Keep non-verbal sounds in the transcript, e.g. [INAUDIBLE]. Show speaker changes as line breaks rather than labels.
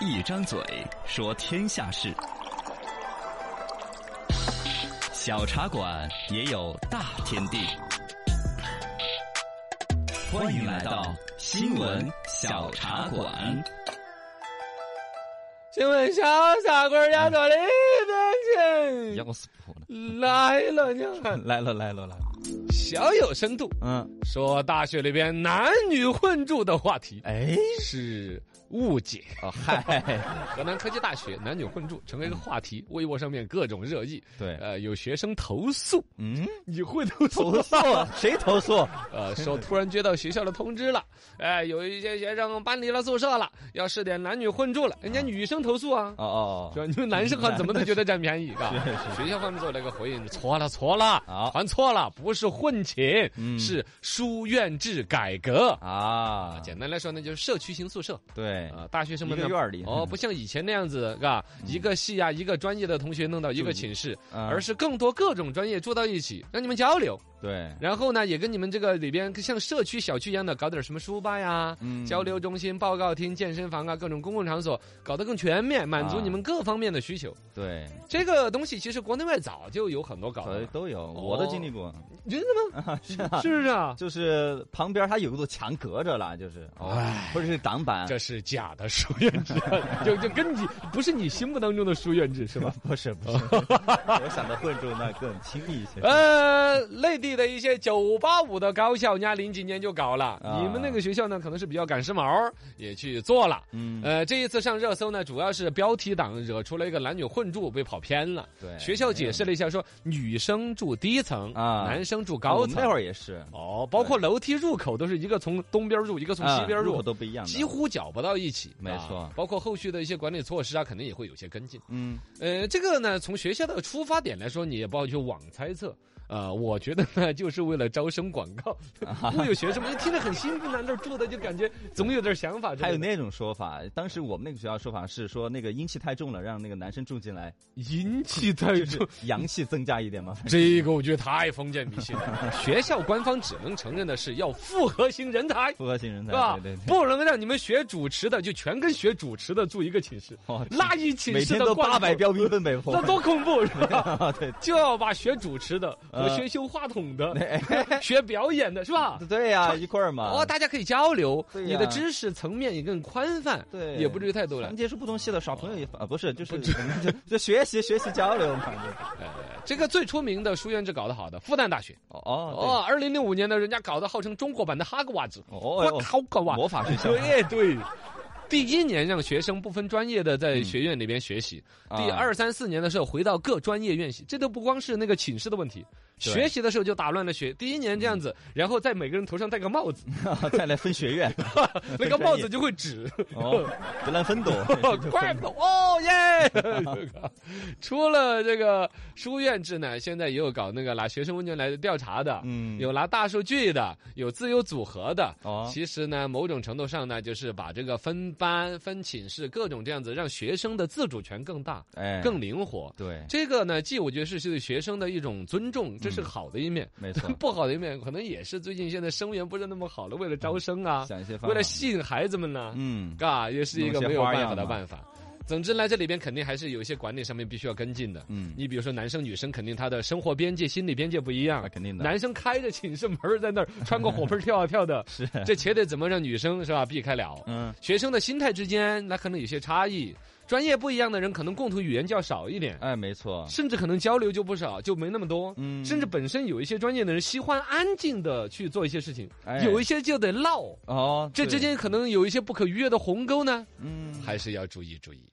一张嘴说天下事，小茶馆也有大天地。欢迎来到新闻小茶馆。
请问小傻瓜丫头李德
要死我了！
庆来了，你
[LAUGHS]
看
来了来了来了，
小有深度，
嗯，
说大学里边男女混住的话题
哎，
是误解。
哦嗨，
[LAUGHS] 河南科技大学男女混住成为一个话题，微博上面各种热议。
对
呃，有学生投诉，
嗯，
你会投诉
投诉
吗？
谁投诉？
[LAUGHS] 呃，说突然接到学校的通知了，哎、有一些学生搬离了宿舍了，要试点男女混住了，人家女生投诉啊。
哦哦
主，要你们男生好像怎么都觉得占便宜，
[LAUGHS]
嘎。学校方面做了一个回应，错了错了
好，
传错了，不是婚前，
啊嗯
是书院制改革。
啊，呃
简单来说呢，就是社区型宿舍
对，
啊、大学生们
一
呢
个院儿里
哦，不像以前那样子，嘎，一个系啊，一个专业的同学弄到一个寝室，
嗯
而是更多各种专业住到一起，让你们交流。
对，
然后呢，也跟你们这个里边像社区小区一样的，搞点什么书吧呀、
嗯
交流中心、报告厅、健身房啊，各种公共场所，搞得更全面，满足
啊
你们各方面的需求。
对，
这个东西其实国内外早就有很多搞
所以
了，
都有，我都经历过，
真的
哎
吗？ [LAUGHS] 是不是
[LAUGHS]
啊？
就是旁边它有一堵墙隔着了，就是，
哎
或者是挡板，
这是假的书院制，就就跟你不是你心目当中的书院制
[LAUGHS]
是吧？
不是不是，
[LAUGHS]
我想的混住那更亲密一些。
呃，内地的一些九八五的高校，人家零几年就搞了。
啊
你们那个学校呢，可能是比较赶时髦，也去做了。
嗯
呃，这一次上热搜呢，主要是标题党惹出了一个男女混住，被跑偏了。
对
学校解释了一下，说女生住低层，
啊
男生住
我
高
们
层
那。会儿也是，
哦，包括楼梯入口都是一个从东边入，一个从西边
啊
入，
口都不一样的，
几乎搅不到一起。
没错
啊包括后续的一些管理措施啊，肯定也会有些跟进。
嗯
呃，这个呢，从学校的出发点来说，你也不好去妄猜测。呃，我觉得呢， [LAUGHS] 就是为了招生广
[LAUGHS]
告，忽悠学生们，就听着很兴奋啊，那儿住的就感觉总有点想法之类的。
还有那种说法，当时我们那个学校说法是说那个阴气太重了，让那个男生住进来，
阴气太
就
重，
是阳气增加一点嘛。 [LAUGHS]
这个我觉得太封建迷信了。学校官方只能承认的是要复合型人才，
复合型人
是
才，
吧
对对？对，
不能让你们学主持的就全跟学主持的住一个寝室
哦，
那一寝
每
室
天
的
都
挂
八百
钟
标兵奔北风， [LAUGHS]
那多恐怖是吧？
对
就要把学主持的和
呃
学修话筒
[LAUGHS]
的、
哎
[LAUGHS] 学表演的是吧？
对呀，一块儿嘛。
哦，大家可以交流，
啊对呀
你的知识层面也更宽泛，
对
也不至于太多了
咱。接触不同系的耍朋友也啊，不是，就是我们就就学习学习交流
[LAUGHS]
嘛。就
这个最出名的书院制搞得好的，复旦大学
哦哦
哦，二零零五年呢，人家搞得号称中国版的哈格瓦兹，
对
我
哦，
靠，搞
哦
啊！
魔法学校
对对。第一年让学生不分专业的在学院里边学习，
啊
第二三四年的时候回到各专业院系，这都不光是那个寝室的问题，
对
学习的时候就打乱了学。第一年这样子，然后在每个人头上戴个帽子，
再来分学院，
[LAUGHS] 那个帽子就会 [LAUGHS] 指，
哦，不能
[LAUGHS]
分斗，
怪不得哦耶！ [LAUGHS] 除了这个书院制呢，现在也有搞那个拿学生问卷来调查的，
嗯
有拿大数据的，有自由组合的。
哦
其实呢，某种程度上呢，就是把这个分班、分寝室各种这样子，让学生的自主权更大、
哎，
更灵活。
对，
这个呢，既我觉得是对学生的一种尊重，这是个好的一面。
没错
不好的一面可能也是最近现在生源不是那么好了，为了招生 [LAUGHS] 啊，
嗯想一些方法
为了吸引孩子们呢、
嗯，
嘎，啊也是一个
弄些
没有
花
办法
样
的
嘛
办法。总之呢，这里边肯定还是有一些管理上面必须要跟进的。
嗯
你比如说男生女生，肯定他的生活边界、心理边界不一样。
那肯定的
男生开着寝室门儿在
[LAUGHS]
那儿穿个火盆儿跳啊跳的，
是，
这且得怎么让女生是吧避开了？
嗯，
学生的心态之间，那可能有些差异。专业不一样的人，可能共同语言较少一点，
哎，没错，
甚至可能交流就不少，就没那么多。
嗯
甚至本身有一些专业的人喜欢安静的去做一些事情，
哎
有一些就得闹。
哦，
这
对
之间可能有一些不可逾越的鸿沟呢，
嗯。
还是要注意注意。